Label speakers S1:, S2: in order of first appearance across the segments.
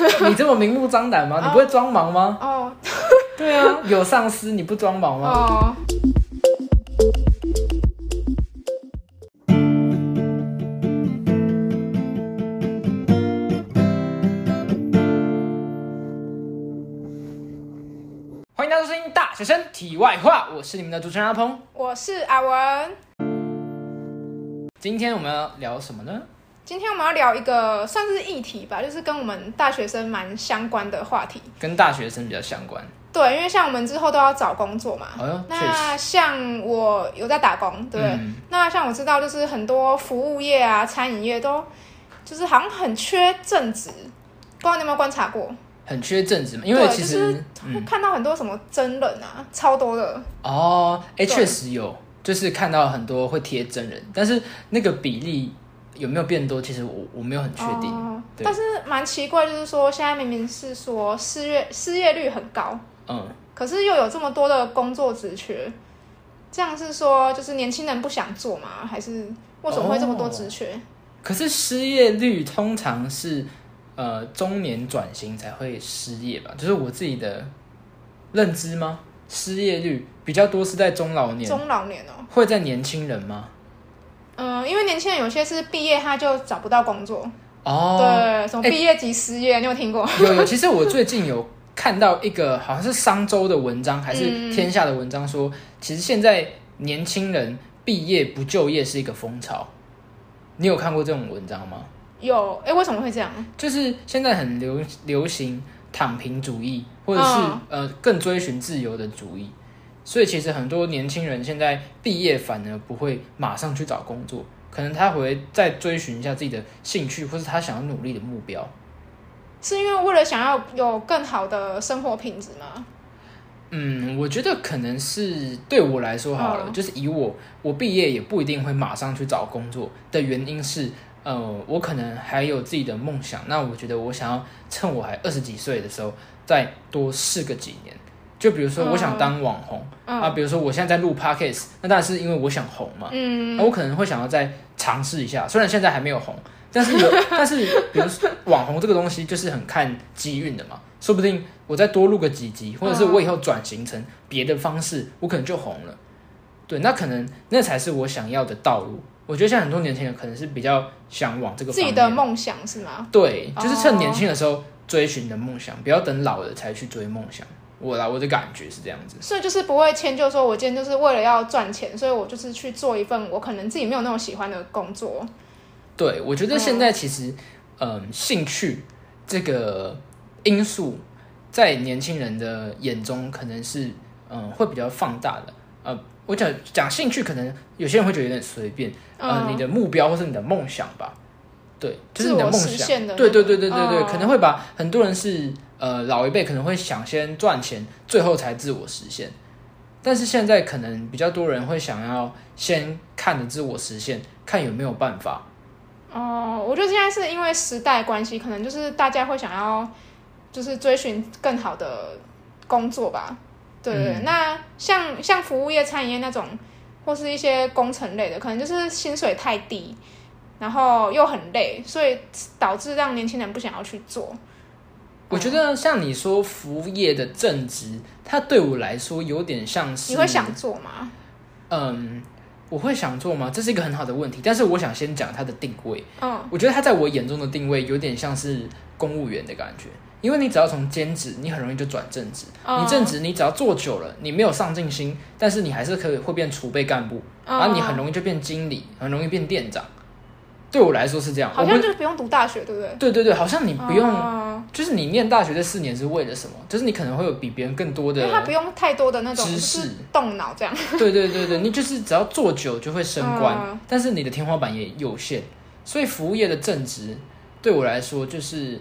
S1: 你这么明目张胆
S2: 啊
S1: 吗？你不会装忙吗？
S2: 哦
S1: 对啊，有上司你不装忙吗？
S2: 哦，
S1: 欢迎大家收听《大学生题外话》，我是你们的主持人阿鹏。
S2: 我是阿文。
S1: 今天我们要聊什么呢？
S2: 今天我们要聊一个算是议题吧，就是跟我们大学生蛮相关的话题。
S1: 跟大学生比较相关。
S2: 对，因为像我们之后都要找工作嘛，
S1: 哎呦，确实，
S2: 那像我有在打工，对不对？
S1: 嗯
S2: 那像我知道，就是很多服务业啊、餐饮业都就是好像很缺正职，不知道你有没有观察过？
S1: 很缺正职嘛，因为
S2: 对啊
S1: 其
S2: 就
S1: 实、
S2: 是会
S1: 嗯
S2: 看到很多什么真人啊，超多的。
S1: 哦，哎、
S2: 对啊
S1: 确实有，就是看到很多会贴真人，但是那个比例有没有变多，其实我我没有很确定。
S2: 哦
S1: 对
S2: 但是蛮奇怪，就是说现在明明是说失业失业率很高，
S1: 嗯，
S2: 可是又有这么多的工作职缺，这样是说就是年轻人不想做吗？还是为什么会这么多职缺？
S1: 哦可是失业率通常是呃中年转型才会失业吧，就是我自己的认知吗？失业率比较多是在中老年，
S2: 中老年哦、
S1: 会在年轻人吗？
S2: 嗯、因为年轻人有些是毕业他就找不到工作，
S1: 哦，哎
S2: 对，什么毕业即失业，你有听过？
S1: 有有，其实我最近有看到一个好像是商周的文章还是
S2: 嗯
S1: 天下的文章说，其实现在年轻人毕业不就业是一个风潮，你有看过这种文章吗？
S2: 有，哎、为什么会这样？
S1: 就是现在很流流行躺平主义，或者是、
S2: 嗯
S1: 呃更追寻自由的主义，所以其实很多年轻人现在毕业反而不会马上去找工作，可能他会再追寻一下自己的兴趣，或是他想要努力的目标。
S2: 是因为为了想要有更好的生活品质吗？
S1: 嗯，我觉得可能是对我来说好了，
S2: 嗯
S1: 就是以我我毕业也不一定会马上去找工作的原因是，呃，我可能还有自己的梦想。那我觉得我想要趁我还二十几岁的时候再多试个几年。就比如说，我想当网红、
S2: 嗯
S1: 啊，比如说我现在在录 podcast，那当然是因为我想红嘛。
S2: 嗯
S1: 那啊我可能会想要再尝试一下，虽然现在还没有红，但是 有，但是比如说网红这个东西就是很看机运的嘛，说不定我再多录个几集，或者是
S2: 嗯
S1: 我以后转型成别的方式，我可能就红了。对，那可能那才是我想要的道路。我觉得现在很多年轻人可能是比较想往这个
S2: 自
S1: 方
S2: 己
S1: 面
S2: 的，梦想是吗？
S1: 对，就是趁
S2: 哦
S1: 年轻的时候追寻你的梦想，不要等老了才去追梦想。我啦，我的感觉是这样子。
S2: 所以就是不会迁就，说我今天就是为了要赚钱，所以我就是去做一份我可能自己没有那么喜欢的工作。
S1: 对，我觉得现在其实，嗯、兴趣这个因素在年轻人的眼中可能是，嗯、会比较放大的。呃，我讲讲兴趣，可能有些人会觉得有点随便，呃，
S2: 嗯
S1: 你的目标或是你的梦想吧，对，就是你的梦
S2: 自我实现
S1: 想，
S2: 的
S1: 对对对对对对，
S2: 嗯
S1: 可能会把很多人是呃老一辈可能会想先赚钱，最后才自我实现，但是现在可能比较多人会想要先看着自我实现，看有没有办法。
S2: 哦，我觉得现在是因为时代关系，可能就是大家会想要就是追寻更好的工作吧。对对对，
S1: 嗯
S2: 那像像服务业、餐饮业那种，或是一些工程类的，可能就是薪水太低，然后又很累，所以导致让年轻人不想要去做。
S1: 我觉
S2: 嗯
S1: 得像你说服务业的正职，它对我来说有点像是
S2: 你会想做吗？
S1: 嗯，我会想做吗？这是一个很好的问题，但是我想先讲它的定位。
S2: 嗯，
S1: 我觉得它在我眼中的定位有点像是公务员的感觉，因为你只要从兼职，你很容易就转正职。
S2: 哦
S1: 你正职，你只要做久了，你没有上进心，但是你还是可以会变储备干部，
S2: 嗯
S1: 啊然后你很容易就变经理，很容易变店长。对我来说是这样，
S2: 好
S1: 我
S2: 像
S1: 不
S2: 就是不用读大学，对不对？
S1: 对对对，好像你不用。
S2: 哦
S1: 就是你念大学这四年是为了什么？就是你可能会有比别人更多
S2: 因
S1: 的
S2: 为，他不用太多的那种
S1: 知识
S2: 就是动脑这样。
S1: 对对对对，你就是只要做久就会升官，
S2: 嗯
S1: 但是你的天花板也有限，所以服务业的正职对我来说就是，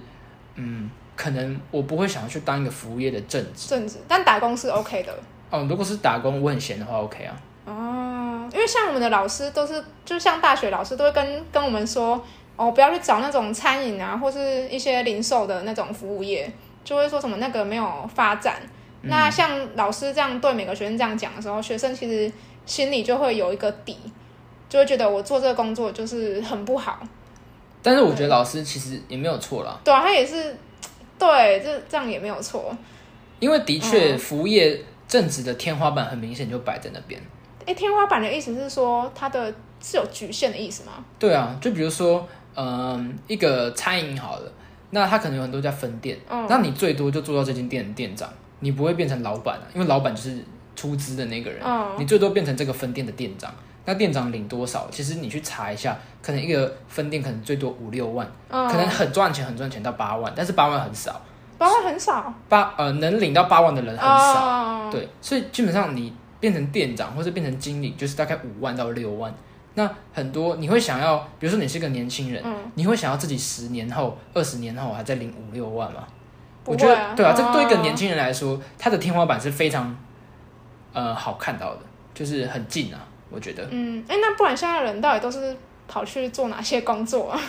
S1: 嗯，可能我不会想要去当一个服务业的正职。
S2: 正职，但打工是 OK 的
S1: 哦，如果是打工，我很闲的话，OK 啊。
S2: 哦。因为像我们的老师都是，就像大学老师都会跟跟我们说，哦，不要去找那种餐饮啊，或是一些零售的那种服务业，就会说什么那个没有发展。
S1: 嗯
S2: 那像老师这样对每个学生这样讲的时候，学生其实心里就会有一个底，就会觉得我做这个工作就是很不好。
S1: 但是我觉得老师其实也没有错啦，
S2: 对啊，他也是对对，这这样也没有错。
S1: 因为的
S2: 嗯
S1: 确服务业正职的天花板很明显就摆在那边。
S2: 哎，天花板的意思是说它的是有局限的意思吗？
S1: 对啊，就比如说，嗯，一个餐饮好了，那它可能有很多家分店，
S2: 嗯
S1: 那你最多就做到这间店的店长，你不会变成老板啊，因为老板就是出资的那个人，
S2: 嗯
S1: 你最多变成这个分店的店长。那店长领多少？其实你去查一下，可能一个分店可能最多五六万，
S2: 嗯，
S1: 可能很赚钱，很赚钱到八万，但是八万很少，
S2: 包括很少，
S1: 八呃能领到八万的人很少。
S2: 哦、
S1: 对，所以基本上你变成店长或者变成经理，就是大概五万到六万。那很多你会想要，比如说你是个年轻人，
S2: 嗯
S1: 你会想要自己十年后、二十年后还在领五六万吗？
S2: 不
S1: 我
S2: 会
S1: 觉得对啊，这对一个
S2: 嗯
S1: 年轻人来说，他的天花板是非常呃好看到的，就是很近啊。我觉得
S2: 嗯，哎、那不然现在人到底都是跑去做哪些工作啊？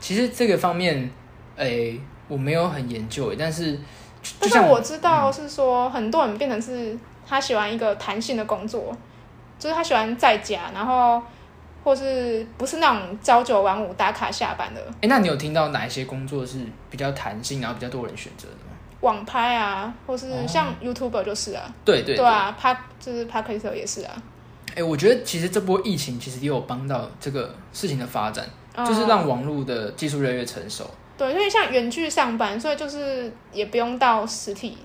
S1: 其实这个方面，诶、我没有很研究诶，欸但是就就
S2: 但是
S1: 像
S2: 我知道是说，很多人变成是他喜欢一个弹性的工作，就是他喜欢在家，然后或是不是那种朝九晚五打卡下班的
S1: 诶、那你有听到哪一些工作是比较弹性，然后比较多人选择的吗？
S2: 网拍啊，或
S1: 哦
S2: 是像 YouTuber 就是啊，
S1: 对对
S2: 对啊，帕就是 p a r k e r 也是啊，
S1: 哎、我觉得其实这波疫情其实也有帮到这个事情的发展，就是
S2: 嗯
S1: 让网络的技术越来越成熟。
S2: 对，因为像远距上班，所以就是也不用到实体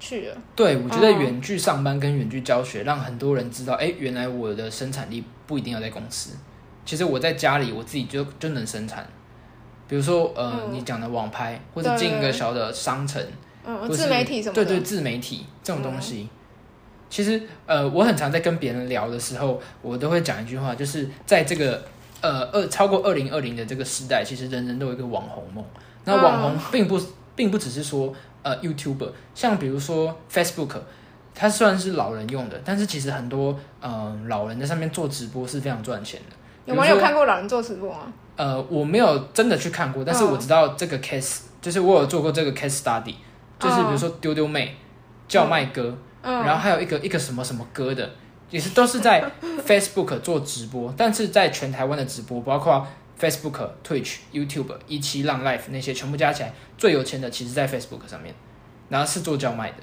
S2: 去了，
S1: 对，我觉得
S2: 嗯
S1: 远距上班跟远距教学，让很多人知道，哎、原来我的生产力不一定要在公司，其实我在家里我自己就就能生产。比如说，呃，
S2: 嗯
S1: 你讲的网拍，或者
S2: 对
S1: 进一个小的商城，
S2: 嗯，
S1: 或是
S2: 自媒体什么
S1: 对
S2: 的，嗯
S1: 对，自媒体这种东西，其实呃，我很常在跟别人聊的时候，我都会讲一句话，就是在这个呃二超过二零二零的这个时代，其实人人都有一个网红梦。那网
S2: 嗯
S1: 红并不、并不只是说呃 YouTuber，像比如说 Facebook。它虽然是老人用的，但是其实很多呃老人在上面做直播是非常赚钱的。
S2: 有没
S1: 比
S2: 有
S1: 如说
S2: 看过老人做直播啊？
S1: 呃，我没有真的去看过，但是
S2: 嗯
S1: 我知道这个 case，、就是我有做过这个 case study，就是比如说丢丢妹、叫卖哥，
S2: 嗯，
S1: 然后还有一个一个什么什么哥的，也是都是 在 Facebook 做直播，但是在全台湾的直播，包括 Facebook、Twitch、YouTube、一期浪 Life 那些全部加起来，最有钱的其实在 Facebook 上面，然后是做叫卖的，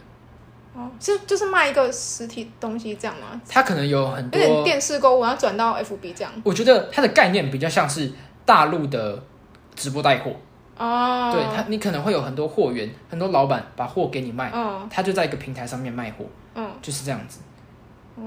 S2: 哦，是就是卖一个实体东西这样吗？
S1: 他可能有很
S2: 有点
S1: 多，
S2: 电视购物，然后转到 FB 这样。
S1: 我觉得它的概念比较像是大陆的直播带货。
S2: 哦，
S1: 对他，你可能会有很多货源，很多老板把货给你卖，
S2: 嗯
S1: 他就在一个平台上面卖货，
S2: 嗯，哦
S1: 就是这样子，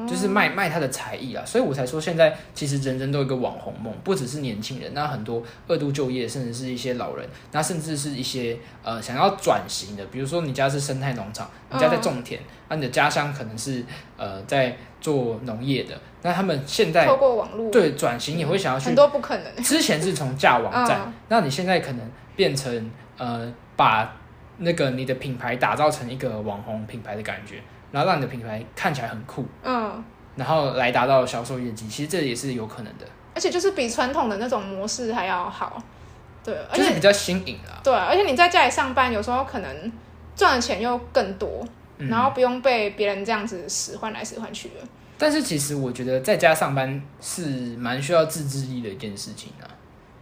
S1: 就是卖卖他的才艺啦。所以我才说，现在其实人人都有一个网红梦，不只是年轻人，那很多二度就业，甚至是一些老人，那甚至是一些呃想要转型的，比如说你家是生态农场，你
S2: 嗯
S1: 家在种田，那、你的家乡可能是呃在做农业的，那他们现在
S2: 透过网络，，
S1: 对转型也会想要去
S2: 很多不可能。
S1: 之前是从架网站，
S2: 嗯
S1: 那你现在可能变成呃，把那个你的品牌打造成一个网红品牌的感觉，然后让你的品牌看起来很酷，
S2: 嗯，
S1: 然后来达到销售业绩，其实这也是有可能的，
S2: 而且就是比传统的那种模式还要好。对，而
S1: 就是
S2: 且
S1: 比较新颖啦。
S2: 对，啊而且你在家里上班，有时候可能赚的钱又更多，
S1: 嗯
S2: 然后不用被别人这样子使唤来使唤去的。
S1: 但是其实我觉得在家上班是蛮需要自制力的一件事情啊。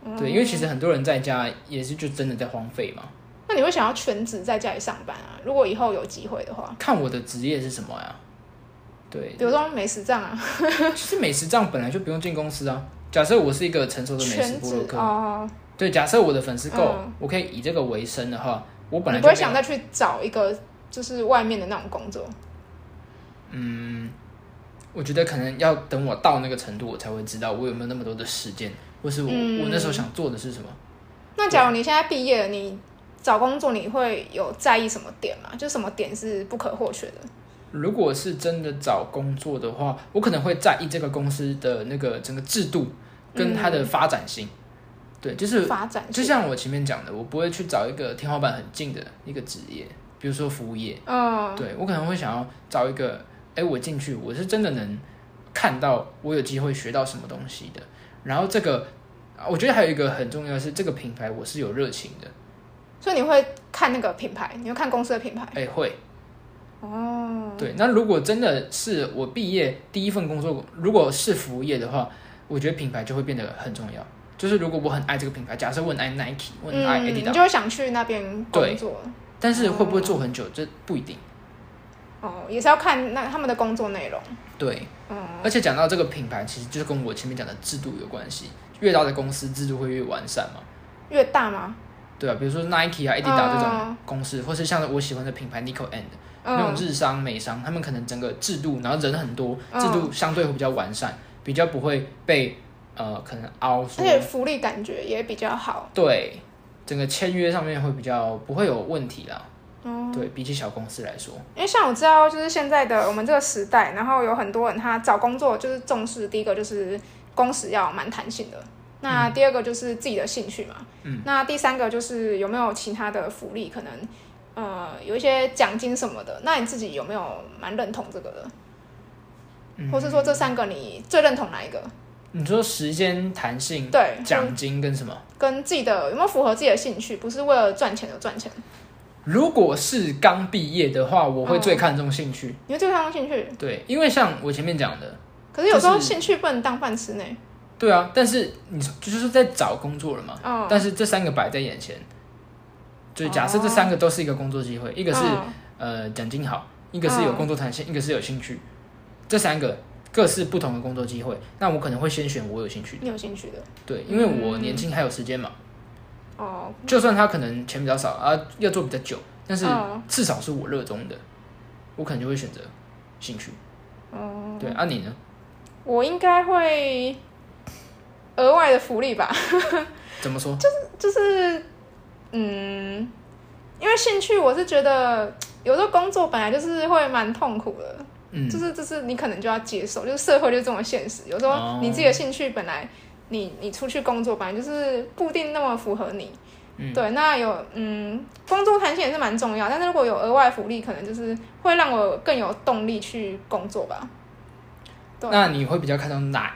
S2: 嗯
S1: 对，因为其实很多人在家也是就真的在荒废嘛。
S2: 那你会想要全职在家里上班啊？如果以后有机会的话，
S1: 看我的职业是什么呀？对
S2: 比，如说美食账啊，
S1: 其实美食账本来就不用进公司啊。假设我是一个成熟的美食
S2: 全
S1: 部落
S2: 职
S1: 客，
S2: 哦，
S1: 对，假设我的粉丝够，
S2: 嗯
S1: 我可以以这个为生的话，我本来
S2: 你
S1: 就没有
S2: 不会想再去找一个就是外面的那种工作。
S1: 我觉得可能要等我到那个程度，我才会知道我有没有那么多的时间，或是我、
S2: 嗯
S1: 我那时候想做的是什么。
S2: 那
S1: 啊
S2: 假如你现在毕业了，你找工作你会有在意什么点吗？就什么点是不可或缺的？
S1: 如果是真的找工作的话，我可能会在意这个公司的那个整个制度跟它
S2: 嗯
S1: 的发展性。对，就是
S2: 发展
S1: 就
S2: 性
S1: 像我前面讲的，我不会去找一个天花板很近的一个职业，比如说服务业。
S2: 嗯
S1: 对我可能会想要找一个，哎、我进去我是真的能看到我有机会学到什么东西的。然后这个，啊我觉得还有一个很重要的是，这个品牌我是有热情的。
S2: 所以你会看那个品牌，你会看公司的品牌。
S1: 哎、会
S2: 哦，
S1: 对。那如果真的是我毕业第一份工作，如果是服务业的话，我觉得品牌就会变得很重要。就是如果我很爱这个品牌，假设我很爱 Nike，我很爱
S2: 嗯，你
S1: Adidas，、
S2: 就会想去那边工作。
S1: 但是会不会做很久，这不一定。
S2: 哦，也是要看那他们的工作内容。
S1: 对，
S2: 嗯，
S1: 而且讲到这个品牌，其实就是跟我前面讲的制度有关系。越大的公司制度会越完善嘛，
S2: 越大吗？
S1: 对吧、比如说 Nike 啊、Adidas 这种
S2: 嗯
S1: 公司，或是像我喜欢的品牌 Nico and 那种
S2: 嗯，
S1: 日商、美商，他们可能整个制度，然后人很多，
S2: 嗯
S1: 制度相对会比较完善，比较不会被呃可能凹
S2: 而
S1: 说
S2: 且福利感觉也比较好。
S1: 对，整个签约上面会比较不会有问题啦。
S2: 哦，
S1: 对，比起小公司来说，
S2: 因为像我知道，就是现在的我们这个时代，然后有很多人他找工作就是重视第一个就是工时要蛮弹性的，那第二个就是自己的兴趣嘛，
S1: 嗯，
S2: 那第三个就是有没有其他的福利，可能呃有一些奖金什么的，那你自己有没有蛮认同这个的？
S1: 嗯
S2: 或是说这三个你最认同哪一个？
S1: 你说时间弹性、
S2: 对，
S1: 奖金跟什么？
S2: 跟自己的有没有符合自己的兴趣，不是为了赚钱而赚钱，
S1: 如果是刚毕业的话，我会最看重兴趣。
S2: 你会最看重兴趣，
S1: 对，因为像我前面讲的，
S2: 可是有时候
S1: 就是
S2: 兴趣不能当饭吃呢。
S1: 对啊，但是你就是在找工作了嘛。
S2: 嗯，
S1: 但是这三个摆在眼前，就假设这三个都是一个工作机会，一个是、
S2: 嗯
S1: 呃奖金好，一个是有
S2: 嗯
S1: 工作弹性，一个是有兴趣，这三个各是不同的工作机会。那我可能会先选我有兴趣的，
S2: 你有兴趣的。
S1: 对，因为我年轻还有时间嘛。
S2: 嗯哦，
S1: 就算他可能钱比较少啊，要做比较久，但是
S2: 嗯
S1: 至少是我热衷的，我可能就会选择兴趣。哦，对啊，你呢？
S2: 我应该会额外的福利吧，
S1: 怎么说？
S2: 就是嗯，因为兴趣我是觉得有时候工作本来就是会蛮痛苦的，
S1: 嗯
S2: 就是就是你可能就要接受，就是社会就是这么现实，有时
S1: 哦
S2: 候你自己的兴趣本来。你你出去工作，本来就是不一定那么符合你，
S1: 嗯
S2: 对。那有嗯，工作弹性也是蛮重要，但是如果有额外福利，可能就是会让我更有动力去工作吧。对
S1: 那你会比较看重哪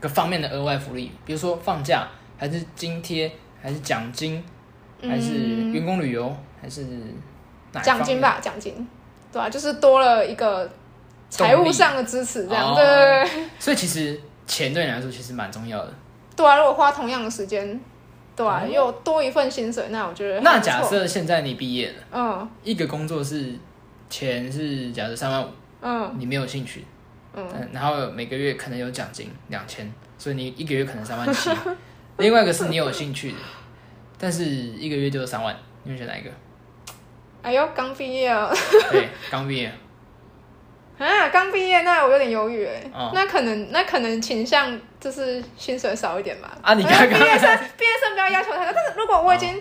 S1: 个方面的额外福利？比如说放假，还是津贴，还是奖金，还是
S2: 嗯
S1: 员工旅游，还是哪一
S2: 奖金吧，奖金，对啊，就是多了一个财
S1: 动力
S2: 务上的支持，这样
S1: 哦
S2: 对对对
S1: 方面？所以其实钱对你来说其实蛮重要的。
S2: 对啊，如果花同样的时间，对啊
S1: 哦，
S2: 又多一份薪水，那我觉得
S1: 那
S2: 还不
S1: 假
S2: 错，
S1: 设现在你毕业了，
S2: 嗯
S1: 一个工作是钱是假设三万五，
S2: 嗯
S1: 你没有兴趣，
S2: 嗯，
S1: 嗯，然后每个月可能有奖金两千，所以你一个月可能三万七。另外一个是你有兴趣的，但是一个月就三万，你会选哪 一个？
S2: 哎呦，刚毕业了
S1: 对，刚毕业，
S2: 啊，刚毕业，那我有点犹豫哎
S1: 哦，
S2: 那可能那可能倾向就是薪水少一点吧。
S1: 啊你
S2: 因为
S1: 刚刚哦
S2: 毕业生毕业生不要要求太多，但是如果我已经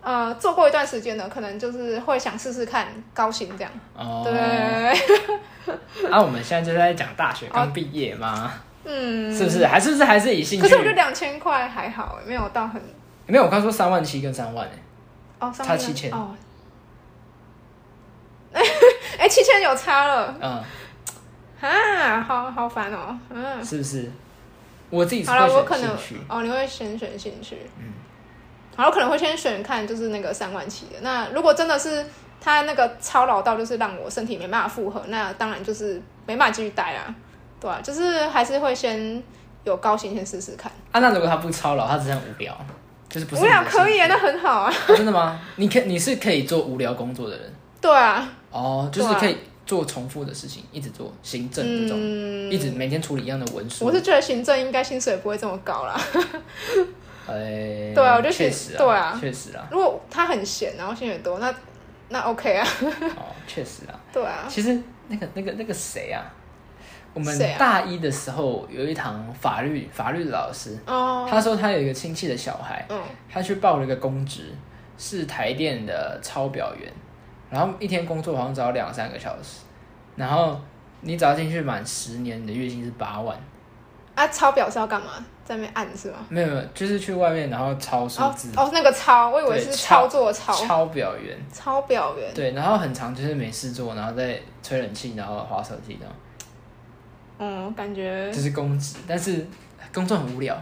S2: 呃做过一段时间了，可能就是会想试试看高薪这样，
S1: 哦，
S2: 对对对，对
S1: 啊，我们现在就是在讲大学刚毕业嘛，
S2: 嗯，
S1: 是不是？还是不是还是以兴
S2: 可
S1: 趣？
S2: 是我觉得两千块还好，欸没有到很
S1: 没有，我刚说三万七跟三万、欸，
S2: 哦，上
S1: 差
S2: 面呢
S1: 7000
S2: 哦。 哎、七千有差了
S1: 嗯，
S2: 啊，好好烦哦。嗯，
S1: 是不是？我自己是
S2: 好了，我
S1: 会
S2: 可能
S1: 选兴趣，
S2: 哦，你会先选兴趣。嗯，好，我可能会先选看就是那个三万七的。那如果真的是他那个操劳到就是让我身体没办法负荷，那当然就是没办法继续待啦。对啊，就是还是会先有高薪先试试看。
S1: 啊，那如果他不操劳，他只是很无聊，就是不是
S2: 无聊
S1: 你的兴趣
S2: 可以啊，那很好啊。
S1: 啊真的吗？你可你是可以做无聊工作的人
S2: 对啊，
S1: 哦，就是
S2: 对啊
S1: 可以做重复的事情，一直做行政这种，
S2: 嗯
S1: 一直每天处理一样的文书。
S2: 我是觉得行政应该薪水不会这么高啦。
S1: 哎，
S2: 对啊我就
S1: 确
S2: 觉
S1: 实啊，
S2: 对啊
S1: 确实 啊，
S2: 如果他很闲，然后薪水多，那那 OK 啊，
S1: 哦，确实啊。
S2: 对啊，
S1: 其实那个那个那个谁啊，我们
S2: 谁啊
S1: 大一的时候有一堂法律法律的老师，
S2: 哦，
S1: 他说他有一个亲戚的小孩，
S2: 嗯，
S1: 他去报了一个公职，是台电的抄表员，然后一天工作好像只要两三个小时，然后你只要进去满十年，你的月薪是八万，
S2: 啊，抄表是要干嘛？在那边按是吗？
S1: 没有没有，就是去外面然后抄数
S2: 哦
S1: 字，
S2: 哦，那个抄，我以为
S1: 对
S2: 是
S1: 抄
S2: 操作抄，
S1: 抄表员，
S2: 抄表员，
S1: 对，然后很长就是没事做，然后再吹冷气，然后划手机，然后
S2: 嗯，感觉
S1: 这是公职，但是工作很无聊。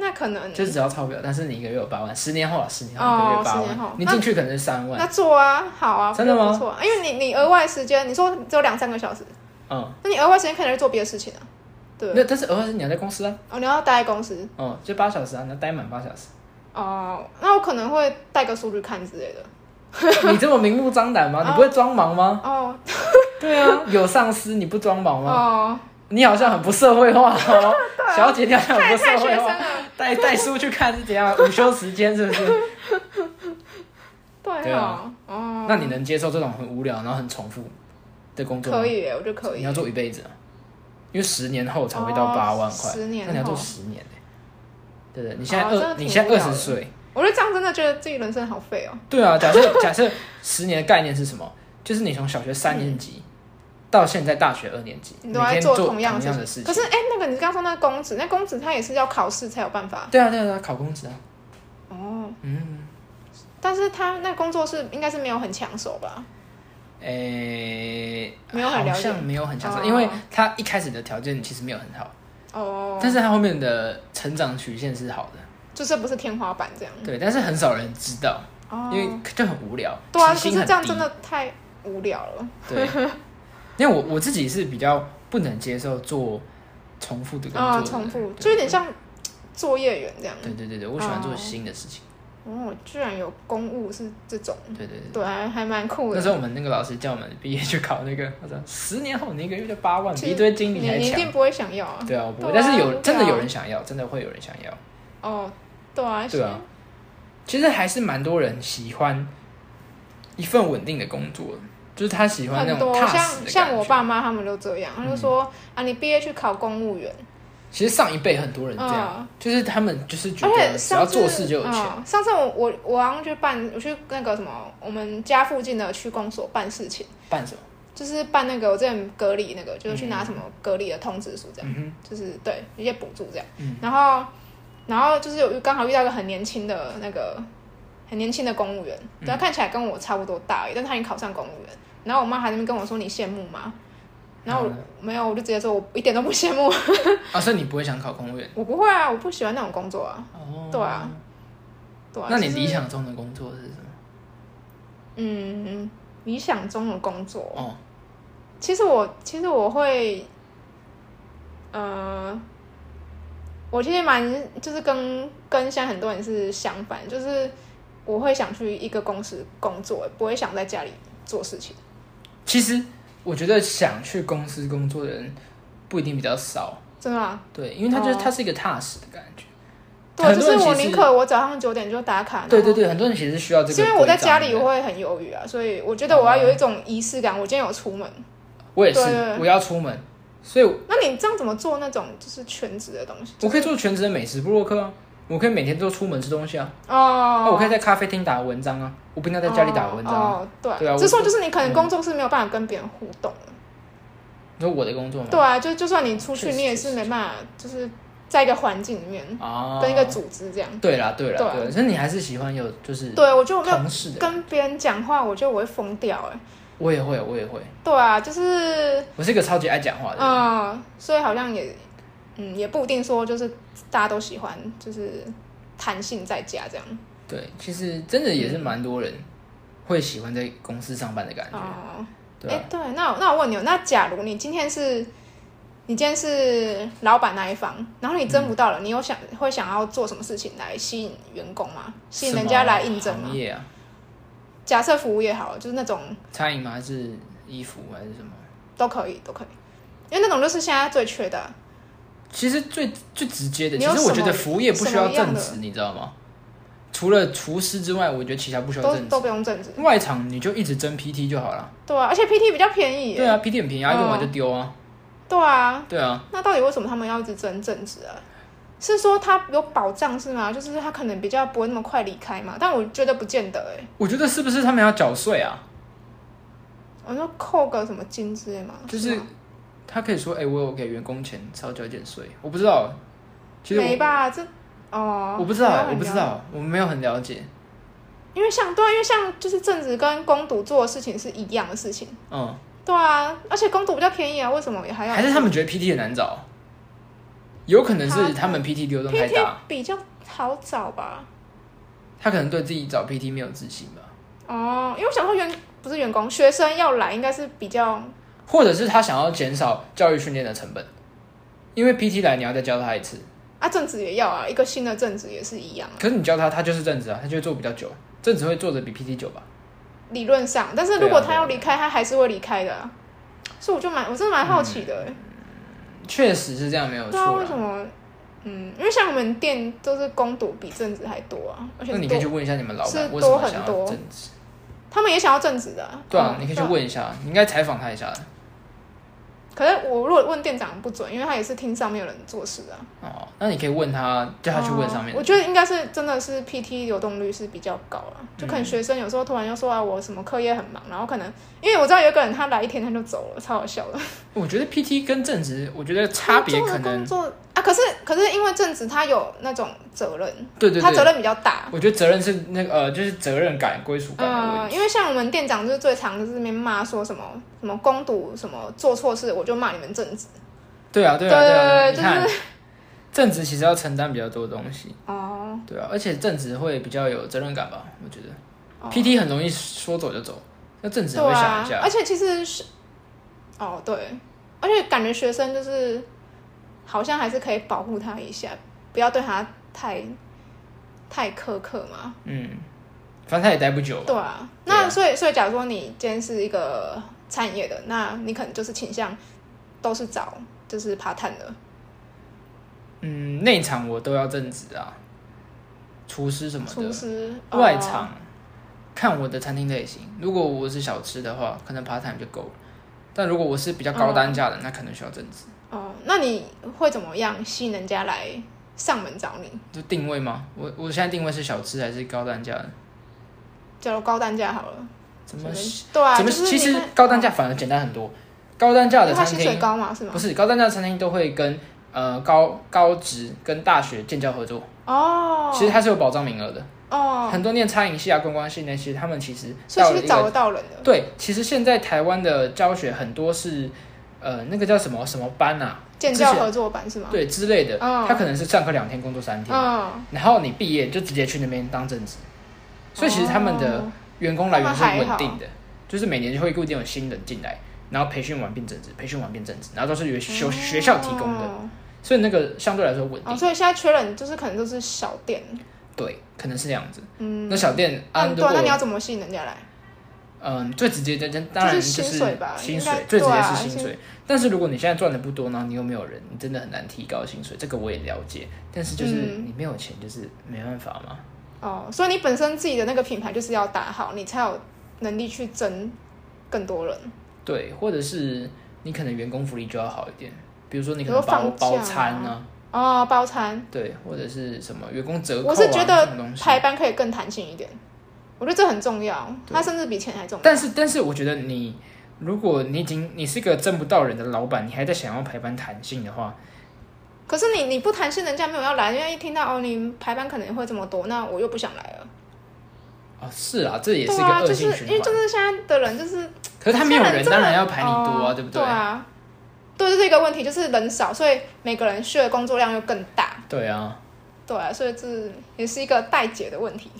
S2: 那可能
S1: 就只要超标，但是你一个月有八万，十年后啊，十年后
S2: 嗯哦
S1: 一个月八
S2: 十年
S1: 万
S2: 后，
S1: 你进去可能是三
S2: 那
S1: 万，
S2: 做啊，好啊，
S1: 真的吗
S2: 不错啊，因为你你额外时间，你说只有两三个小时，
S1: 嗯，
S2: 那你额外时间可能就做别的事情啊，
S1: 那
S2: 对，
S1: 但是额外是你要在公司啊，
S2: 哦，你要待在公司
S1: 哦，就八小时啊，你要待满八小时。
S2: 哦、那我可能会带个数据看之类的。啊
S1: 你这么明目张胆吗？你不会装忙吗？
S2: 哦
S1: 对啊，有上司你不装忙吗？
S2: 哦，
S1: 你好像很不社会 化哦，小姐，你好像
S2: 太
S1: 很不社
S2: 太啊学
S1: 会
S2: 生
S1: 化。
S2: 了，
S1: 带带书去看是怎 样？午休时间是不是？对
S2: 对哦
S1: 啊，
S2: 哦，
S1: 那你能接受这种很无聊然后很重复的工作吗？
S2: 可以耶，我觉得可以
S1: 你要做一辈子啊，因为十年后才会
S2: 哦
S1: 到八万块，
S2: 十年
S1: 那你要做
S2: 后
S1: 十年、欸、对不对？你现在
S2: 哦
S1: 二、
S2: 真的挺
S1: 你现在
S2: 无
S1: 二
S2: 聊的
S1: 十岁，
S2: 我觉得这样真的觉得自己人生好废哦。
S1: 对啊。假设假设十年的概念是什么？就是你从小学三年级、到现在大学二年级，
S2: 嗯你
S1: 每
S2: 都在
S1: 天
S2: 做
S1: 同
S2: 同样
S1: 的
S2: 的事情。
S1: 事
S2: 可是哎、那个你刚刚说那公子，那公子他也是要考试才有办法
S1: 对啊对啊对啊，考公职啊，
S2: 哦。
S1: 嗯，
S2: 但是他那工作是应该是没有很抢手吧？
S1: 诶、
S2: 没有很了
S1: 好
S2: 解
S1: 像没有很强势，
S2: 哦
S1: 因为他一开始的条件其实没有很好，
S2: 哦，
S1: 但是他后面的成长曲线是好的，
S2: 就这不是天花板这样。
S1: 对，但是很少人知道，
S2: 嗯哦，
S1: 因为就很无聊，
S2: 对啊，可
S1: 起
S2: 是
S1: 薪很
S2: 这样
S1: 低
S2: 真的太无聊了。
S1: 对，因为我我自己是比较不能接受做重复的工作的
S2: 啊、
S1: 人，
S2: 重复
S1: 对
S2: 就有点。像作业员这样。
S1: 对对对对，我喜欢做
S2: 哦
S1: 新的事情。
S2: 哦，居然有公务是这种，
S1: 对对对，
S2: 嗯对，啊还还蛮酷
S1: 那
S2: 的
S1: 时。候我们那个老师叫我们毕业去考那个，他说十年后你一个月就八万，
S2: 其
S1: 比
S2: 实
S1: 一堆经
S2: 你
S1: 理还
S2: 你一定
S1: 强。
S2: 不会想要啊。
S1: 对啊，我不会，
S2: 对啊
S1: 但是有
S2: 对啊
S1: 真的有人想要，真的会有人想要。
S2: 哦，对啊，
S1: 对啊其实还是蛮多人喜欢一份稳定的工作，就是他喜欢那种
S2: 很多
S1: 踏
S2: 像
S1: 实的
S2: 像
S1: 感
S2: 我
S1: 觉嗯
S2: 爸妈他们都这样，他就说、啊，你毕业去考公务员，
S1: 其实上一辈很多人这样，就是他们就是觉
S2: 嗯而且
S1: 得只要
S2: 上次
S1: 做事就有钱。
S2: 嗯上次我我我好像去办，我去那个什么，我们家附近的区公所办事情，
S1: 办什么？
S2: 就是办那个我之前隔离那个，就是去拿什么隔离的通知书这
S1: 嗯
S2: 样，就是对一些补助这样。然后然后就是有遇刚好遇到一个很年轻的那个很年轻的公务员，
S1: 嗯
S2: 对、他看起来跟我差不多大而已，但他已经考上公务员。然后我妈还在那边跟我说你羡慕吗？然后我、
S1: 然后
S2: 没有，我就直接说我一点都不羡慕，
S1: 啊，所以你不会想考公务员？
S2: 我不会啊，我不喜欢那种工作啊，
S1: 哦
S2: 对啊，对啊。
S1: 那你
S2: 就是
S1: 理想中的工作是什么？
S2: 嗯理想中的工作，
S1: 哦，
S2: 其实我其实我会，呃，我其实蛮就是跟跟现在很多人是相反，就是我会想去一个公司工作，不会想在家里做事情。
S1: 其实我觉得想去公司工作的人不一定比较少，
S2: 真的吗？
S1: 对，因为他就是、
S2: 哦
S1: 他是一个踏实的感觉。
S2: 对，
S1: 很
S2: 就
S1: 多人
S2: 是我
S1: 其实
S2: 宁可我早上九点就打卡。
S1: 对
S2: 然后
S1: 对对，很多人其实需要这个
S2: 是
S1: 规
S2: 啊因
S1: 章。
S2: 为我在家里
S1: 对不哦
S2: 我
S1: 对
S2: 会很犹豫啊，所以我觉得我要有一种仪式感。我今天有出门，
S1: 我也是
S2: 对对，对
S1: 我要出门，所以我
S2: 那你这样怎么做那种就是全职的东西？
S1: 我可以做全职的美食部落客啊，我可以每天都出门吃东西啊，
S2: 哦
S1: 啊，我可以在咖啡厅打文章啊，我不一定要在家里打文章啊。
S2: 哦，哦对，
S1: 对啊我
S2: 只是说就是你可能工作是没有办法跟别人互动的。
S1: 你说我的工作吗？
S2: 对啊，就就算你出
S1: 确
S2: 去，
S1: 实
S2: 你也是没办法，就是在一个环境里面
S1: 啊，
S2: 跟一个组织这样。
S1: 对啦对啦
S2: 对啊
S1: 对啦，所以你还是喜欢有就是
S2: 对，我觉得我没有
S1: 同事的，
S2: 跟别人讲话，我觉得我会疯掉哎、
S1: 我也会我也会，
S2: 对啊，就是
S1: 我是一个超级爱讲话的人。
S2: 嗯，所以好像也嗯也不一定说就是大家都喜欢，就是弹性在家这样。
S1: 对，其实真的也是蛮多人会喜欢在公司上班的感觉，
S2: 哦，
S1: 对啊
S2: 哎、
S1: 吧？
S2: 对，那我那我问你哦，那假如你今天是你今天是老板那一方，然后你
S1: 嗯
S2: 争不到了，你有想会想要做什么事情来吸引员工吗？吸引人家来应征
S1: 什么
S2: 吗
S1: 行？业啊，
S2: 假设服务业好了，就是那种
S1: 餐饮吗？还是衣服还是什么？
S2: 都可以，都可以，因为那种就是现在最缺的啊。
S1: 其实最最直接的，
S2: 你
S1: 其
S2: 有
S1: 实我
S2: 什
S1: 觉得
S2: 么
S1: 服务业不需
S2: 什
S1: 要
S2: 么样
S1: 正
S2: 的
S1: 职，你知道吗？除了厨师之外，我觉得其他不需要
S2: 都
S1: 正
S2: 都
S1: 职。
S2: 不用正职，
S1: 外场你就一直争 PT 就好了。
S2: 对啊，而且 PT 比较便宜耶，
S1: 对啊，PT 很便宜啊，
S2: 嗯
S1: 用完就丢啊。
S2: 对啊，
S1: 对啊，
S2: 那到底为什么他们要一直争正职啊？是说他有保障是吗？就是他可能比较不会那么快离开嘛，但我觉得不见得哎、
S1: 我觉得是不是他们要缴税啊？
S2: 我说扣个什么金之类嘛，
S1: 就是
S2: 吗
S1: 他可以说，哎、我有给员工钱少缴一点税，我不知道。其实
S2: 没
S1: 我
S2: 吧？这哦，
S1: 我不知道、
S2: 没有
S1: 哎
S2: 很
S1: 我不知
S2: 了解，
S1: 道，我没有很了解。
S2: 因为像对啊、因为像就是正职跟公读做的事情是一样的事情，
S1: 嗯，
S2: 对啊，而且公读比较便宜啊，为什么还要
S1: 还是他们觉得 PT 很难找，有可能是他们 PT 流动太
S2: PT
S1: 大，
S2: 比较好找吧？
S1: 他可能对自己找 PT 没有自信吧，
S2: 哦，因为我想说员不是员工，学生要来应该是比较
S1: 或者是他想要减少教育训练的成本，因为 PT 来你要再教他一次，
S2: 啊，正职也要啊，一个新的正职也是一样啊，
S1: 可是你教他，他就是正职啊，他就会做比较久，正职会做的比 PT 久吧？
S2: 理论上，但是
S1: 对
S2: 如
S1: 啊
S2: 果他
S1: 对啊
S2: 要离开，他还是会离开的、啊。所以我就蛮，我真的蛮好奇的、欸，
S1: 确实是这嗯样，没有
S2: 对啊，
S1: 错
S2: 为什
S1: 啦。
S2: 么？嗯，因为像我们店都是工读比正职还多啊，而且
S1: 那你可以去
S2: 多，
S1: 问一下你们老
S2: 是
S1: 板为什么
S2: 多很
S1: 想要
S2: 多
S1: 正职？
S2: 他们也想要正职的、啊。
S1: 对啊，
S2: 嗯
S1: 你可以去。问一下，你应该采访他一下的。
S2: 可是我如果问店长不准，因为他也是听上面有人做事的啊、
S1: 哦，那你可以问他，叫他去问上面
S2: 哦我
S1: 的。
S2: 觉得应该是真的是 PT 流动率是比较高了，
S1: 嗯
S2: 就可能学生有时候突然就说啊，我什么课业很忙，然后可能因为我知道有一个人他来一天他就走了，超好笑的。
S1: 我觉得 PT 跟正职，我觉得差 别可能
S2: 工作的工作啊，可是可是因为正职他有那种责任，
S1: 对对
S2: 他责
S1: 对，
S2: 任比较大。
S1: 我觉得责任是那个呃，就是责任感、归属感的问
S2: 嗯，
S1: 题。
S2: 因为像我们店长就是最常就是那边骂说什么什么攻读什么做错事，我就骂你们正职。
S1: 对啊，对啊，对啊，
S2: 对对对
S1: 你看，正职其实要承担比较多东西，
S2: 哦，
S1: 对啊，而且正职会比较有责任感吧？我觉得、
S2: 哦
S1: PT 很容易说走就走，那正职
S2: 对
S1: 会想
S2: 啊
S1: 一下。，
S2: 而且其实是，哦对，而且感觉学生就是好像还是可以保护他一下，不要对他太太苛刻嘛。
S1: 嗯，反正他也待不久嘛。
S2: 对啊，
S1: 对啊
S2: 那所以所以，假如说你今天是一个餐饮业的，那你可能就是倾向都是找就是爬探的。
S1: 嗯，内场我都要正职啊，厨师什么
S2: 厨
S1: 的，
S2: 师、
S1: 外
S2: 哦
S1: 场、看我的餐厅类型。如果我是小吃的话，可能 part time 就够了。但如果我是比较高单价的，那可能需要正职。
S2: 哦，那你会怎么样吸引人家来上门找你？
S1: 就定位吗？我我现在定位是小吃还是高单价的？
S2: 假如高单价好了，
S1: 怎么
S2: 可能对啊，
S1: 怎么？
S2: 就是你
S1: 其实
S2: 看
S1: 高单价，反而简单很多。高单价
S2: 因
S1: 的
S2: 为它
S1: 餐
S2: 薪
S1: 厅
S2: 水高嘛，是吗
S1: 不？是高单价餐厅都会跟呃高高职跟大学建交合作，
S2: 哦，
S1: 其实它是有保障名额的。
S2: 哦，
S1: 很多念餐饮系啊、观光系那些，他们其实
S2: 所以
S1: 到
S2: 其
S1: 了
S2: 实
S1: 一
S2: 找得
S1: 个
S2: 到人的。
S1: 对，其实现在台湾的教学很多是呃那个叫什么什么班啊，
S2: 建教合作版是吗？
S1: 对之类的，
S2: 嗯
S1: 他可能是上课两天，工作三天，
S2: 嗯，
S1: 然后你毕业就直接去那边当正职，所以其实他们的
S2: 哦
S1: 员工来源是
S2: 他们还
S1: 稳
S2: 好
S1: 定的，就是每年就会固定有新人进来，然后培训完变正职，培训完变正职，然后都是由学学校提供的，
S2: 哦
S1: 所以那个相对来说稳
S2: 哦，
S1: 定。
S2: 所以现在缺人就是可能都是小店。
S1: 对，可能是这样子。
S2: 嗯，
S1: 那小店啊，
S2: 那
S1: 如
S2: 对啊，那你要
S1: 果
S2: 怎么吸引人家来？
S1: 嗯最直接的，当然就是
S2: 就
S1: 是
S2: 薪水吧
S1: 薪
S2: 应
S1: 水
S2: 该
S1: 最直
S2: 对
S1: 接
S2: 啊
S1: 是薪
S2: 薪
S1: 水。但是如果你现在赚的不多，然后你又没有人，你真的很难提高薪水。这个我也了解，但是就是
S2: 嗯
S1: 你没有钱，就是没办法嘛。
S2: 哦，所以你本身自己的那个品牌就是要打好，你才有能力去争更多人。
S1: 对，或者是你可能员工福利就要好一点，比如说你可
S2: 比如
S1: 能包
S2: 放假
S1: 包餐啊，
S2: 哦，包餐，
S1: 对，或者是什么员工折扣啊
S2: 我是觉
S1: 这
S2: 得
S1: 种东西。
S2: 排班可以更弹性一点，我觉得这很重要，
S1: 对
S2: 它甚至比钱还重要。
S1: 但是，但是我觉得你，如果你已经你是个挣不到人的老板，你还在想要排班弹性的话，
S2: 可是你你不弹性，人家没有要来，因为一听到哦你排班可能会这么多，那我又不想来了。
S1: 哦，是啊，这也是一
S2: 对
S1: 个
S2: 啊，
S1: 恶
S2: 就
S1: 性
S2: 是
S1: 循
S2: 因为
S1: 环。
S2: 就是现在的人就是
S1: 可是他没有人，
S2: 现在真的
S1: 当然要排你多啊，
S2: 哦
S1: 对不
S2: 对
S1: 对？
S2: 啊，对，这是一个问题，就是人少，所以每个人需要的工作量又更大。
S1: 对 啊，
S2: 对啊，所以这也是一个待解的问题。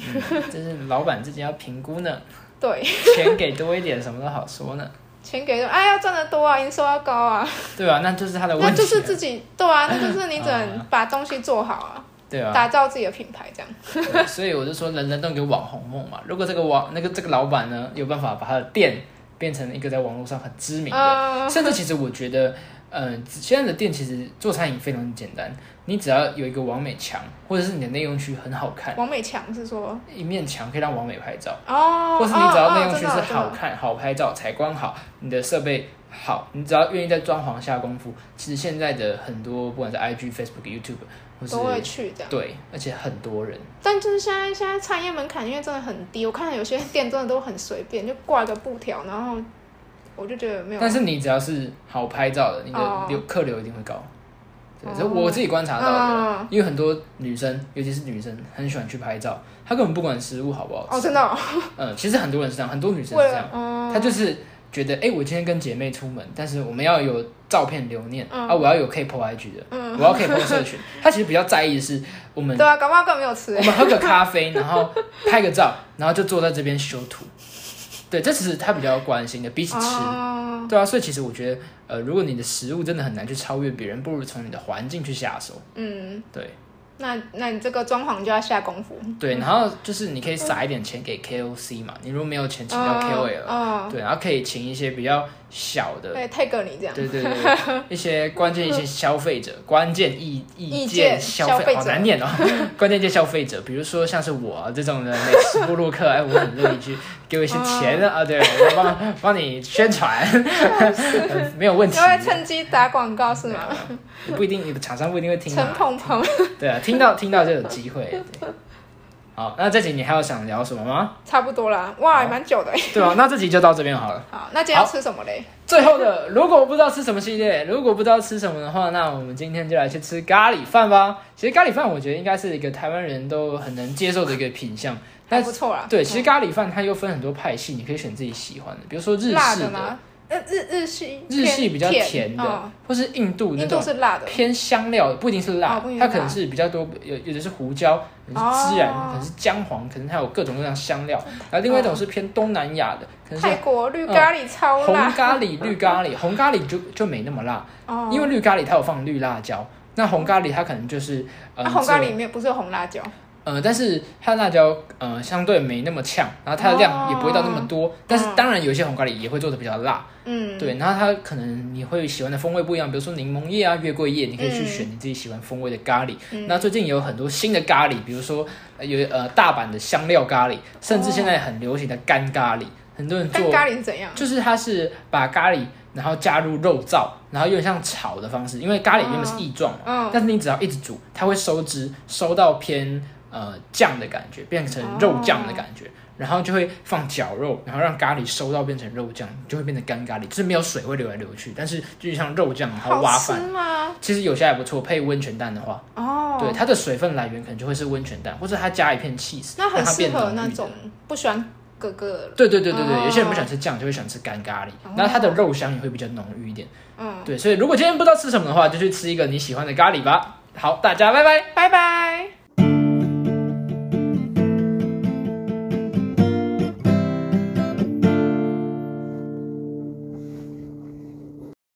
S1: 这是老板自己要评估呢，
S2: 对，
S1: 钱给多一点，什么都好说呢，
S2: 钱给的，哎，要赚得多啊，营收要高啊，
S1: 对啊，那就是他的问题
S2: 那
S1: 啊，
S2: 就是自己，对 啊，那就是你只能把东西做好啊，
S1: 对 啊，
S2: 打造自己的品牌这样。
S1: 对所以我就说，人人都有网红梦嘛。如果这个网那个这个老板呢，有办法把他的店变成一个在网络上很知名的，
S2: 嗯
S1: 甚至其实我觉得，嗯、现在的店其实做餐饮非常简单，你只要有一个完美墙，或者是你的内容区很好看，
S2: 王美强是说，
S1: 一面墙可以让完美拍照，
S2: 哦，
S1: 或是你只要内容
S2: 哦
S1: 区是好，看、好拍照、采光好，你的设备好，你只要愿意在装潢下功夫，其实现在的很多不管是 IG、Facebook、YouTube 或
S2: 哦真的真的都会
S1: 是
S2: 去这样。
S1: 对，而且很多人。
S2: 但就是现在现在餐业门槛因为真的很低，我看有些店真的都很随便，就挂一个布条，然后我就觉得没有。啊
S1: 但是你只要是好拍照的，你的
S2: 哦
S1: 流客流一定会高。对，
S2: 哦
S1: 这、我自己观察到的。
S2: 嗯，
S1: 因为很多女生，尤其是女生，很喜欢去拍照，她根本不管食物好不好吃。
S2: 哦，真的、哦，
S1: 嗯，其实很多人是这样，很多女生
S2: 为
S1: 是这样
S2: 了，嗯，
S1: 她就是觉得，哎、我今天跟姐妹出门，但是我们要有照片留念、
S2: 嗯
S1: 啊，我要有可以 PO IG 的，我要可以 PO 社 群。她其实比较在意的是我们
S2: 对啊，搞不好根本没有吃、
S1: 我
S2: 欸，
S1: 们喝个咖啡，然后拍个照，然后就坐在这边修图。对，这其实他比较关心的，比起吃，
S2: 哦，
S1: 对啊，所以其实我觉得，呃，如果你的食物真的很难去超越别人，不如从你的环境去下手。
S2: 嗯，
S1: 对
S2: 那那你这个装潢就要下功夫，
S1: 对，然后就是你可以撒一点钱给 KOC 嘛，你如果没有钱请到 KOL，、
S2: 哦，
S1: 对，然后可以请一些比较小的，
S2: 对，tag 你这样，
S1: 对对对对，一些关键一些消费者，关键意
S2: 意
S1: 见
S2: 见
S1: 消
S2: 消费者
S1: 好难 念哦，关键一些消费者，比如说像是我、啊这种的美食部落客， 哎，我很乐意去给我一些钱
S2: 哦
S1: 啊，对我帮帮你宣 传， 呃没有问
S2: 就
S1: 题。
S2: 会趁机打广告是吗？
S1: 也不一定，你的厂商不一定会听
S2: 陈
S1: 啊。
S2: 鹏鹏，
S1: 对啊，听到听到就有机会。对好，那这集你还有想聊什么吗？
S2: 差不多啦，哇，也蛮久的欸。
S1: 对啊，那这集就到这边好了。
S2: 好，那今天要
S1: 好
S2: 吃什么嘞？
S1: 最后的，如果不知道吃什么系列，如果不知道吃什么的话，那我们今天就来去吃咖喱饭吧。其实咖喱饭我觉得应该是一个台湾人都很能接受的一个品相。
S2: 还
S1: 但
S2: 不错啦。嗯
S1: 对，其实咖喱饭它又分很多派系，你可以选自己喜欢的，比如说日
S2: 辣
S1: 式
S2: 的
S1: 的，
S2: 吗？呃，日日系，
S1: 日系比较
S2: 偏
S1: 甜的，
S2: 哦
S1: 或是印度那
S2: 印
S1: 种
S2: 度是辣的，
S1: 偏香料，不一定是辣，
S2: 哦不一定是
S1: 它
S2: 辣哦
S1: 可能是比较多，有有的是胡椒，有的是孜然，可能是姜黄，可能还有各种各样的香料。然后另外一种是偏东南亚的，可能
S2: 泰
S1: 是呃
S2: 国绿咖喱超
S1: 红
S2: 辣
S1: 咖喱、绿咖喱，红咖喱就就没那么辣，
S2: 哦。
S1: 因为绿咖喱它有放绿辣椒，那红咖喱它可能就是呃、
S2: 啊那红咖喱里
S1: 只有
S2: 面不是有红辣椒，
S1: 呃，但是它的辣椒呃相对没那么呛，然后它的
S2: 哦
S1: 量也不会到那么多，但是当然有一些红咖喱也会做的比较辣，
S2: 嗯，
S1: 对，然后它可能你会喜欢的风味不一样，比如说柠檬叶啊、月桂叶，你可以去选你自己喜欢风味的咖喱。
S2: 嗯
S1: 那最近也有很多新的咖喱，比如说呃有呃大阪的香料咖喱，甚至现在很流行的干咖喱，很多人
S2: 哦干
S1: 做
S2: 咖喱是怎样？
S1: 就是它是把咖喱然后加入肉燥，然后有点像炒的方式，因为咖喱原本是液状嘛，
S2: 嗯，
S1: 但是你只要一直煮，它会收汁，收到偏呃酱的感觉，变成肉酱的感觉，然后就会放绞肉，然后让咖喱收到变成肉酱，就会变成干咖喱，就是没有水会流来流去，但是就像肉酱，然后
S2: 好
S1: 挖
S2: 吃
S1: 饭。
S2: 吗？
S1: 其实有些还不错，配温泉蛋的话，
S2: 哦，
S1: 对它的水分来源可能就会是温泉蛋，或者它加一片 cheese，
S2: 那
S1: 让
S2: 很
S1: 它
S2: 适
S1: 变
S2: 合
S1: 浓郁
S2: 那
S1: 的
S2: 种不喜欢哥哥的人，
S1: 对对对对对，
S2: 哦
S1: 有些人不喜欢吃酱，就会喜欢吃干咖喱，
S2: 哦
S1: 然后它的肉香也会比较浓郁一点。
S2: 嗯，
S1: 对，所以如果今天不知道吃什么的话，就去吃一个你喜欢的咖喱吧。好，大家拜拜。
S2: 拜拜。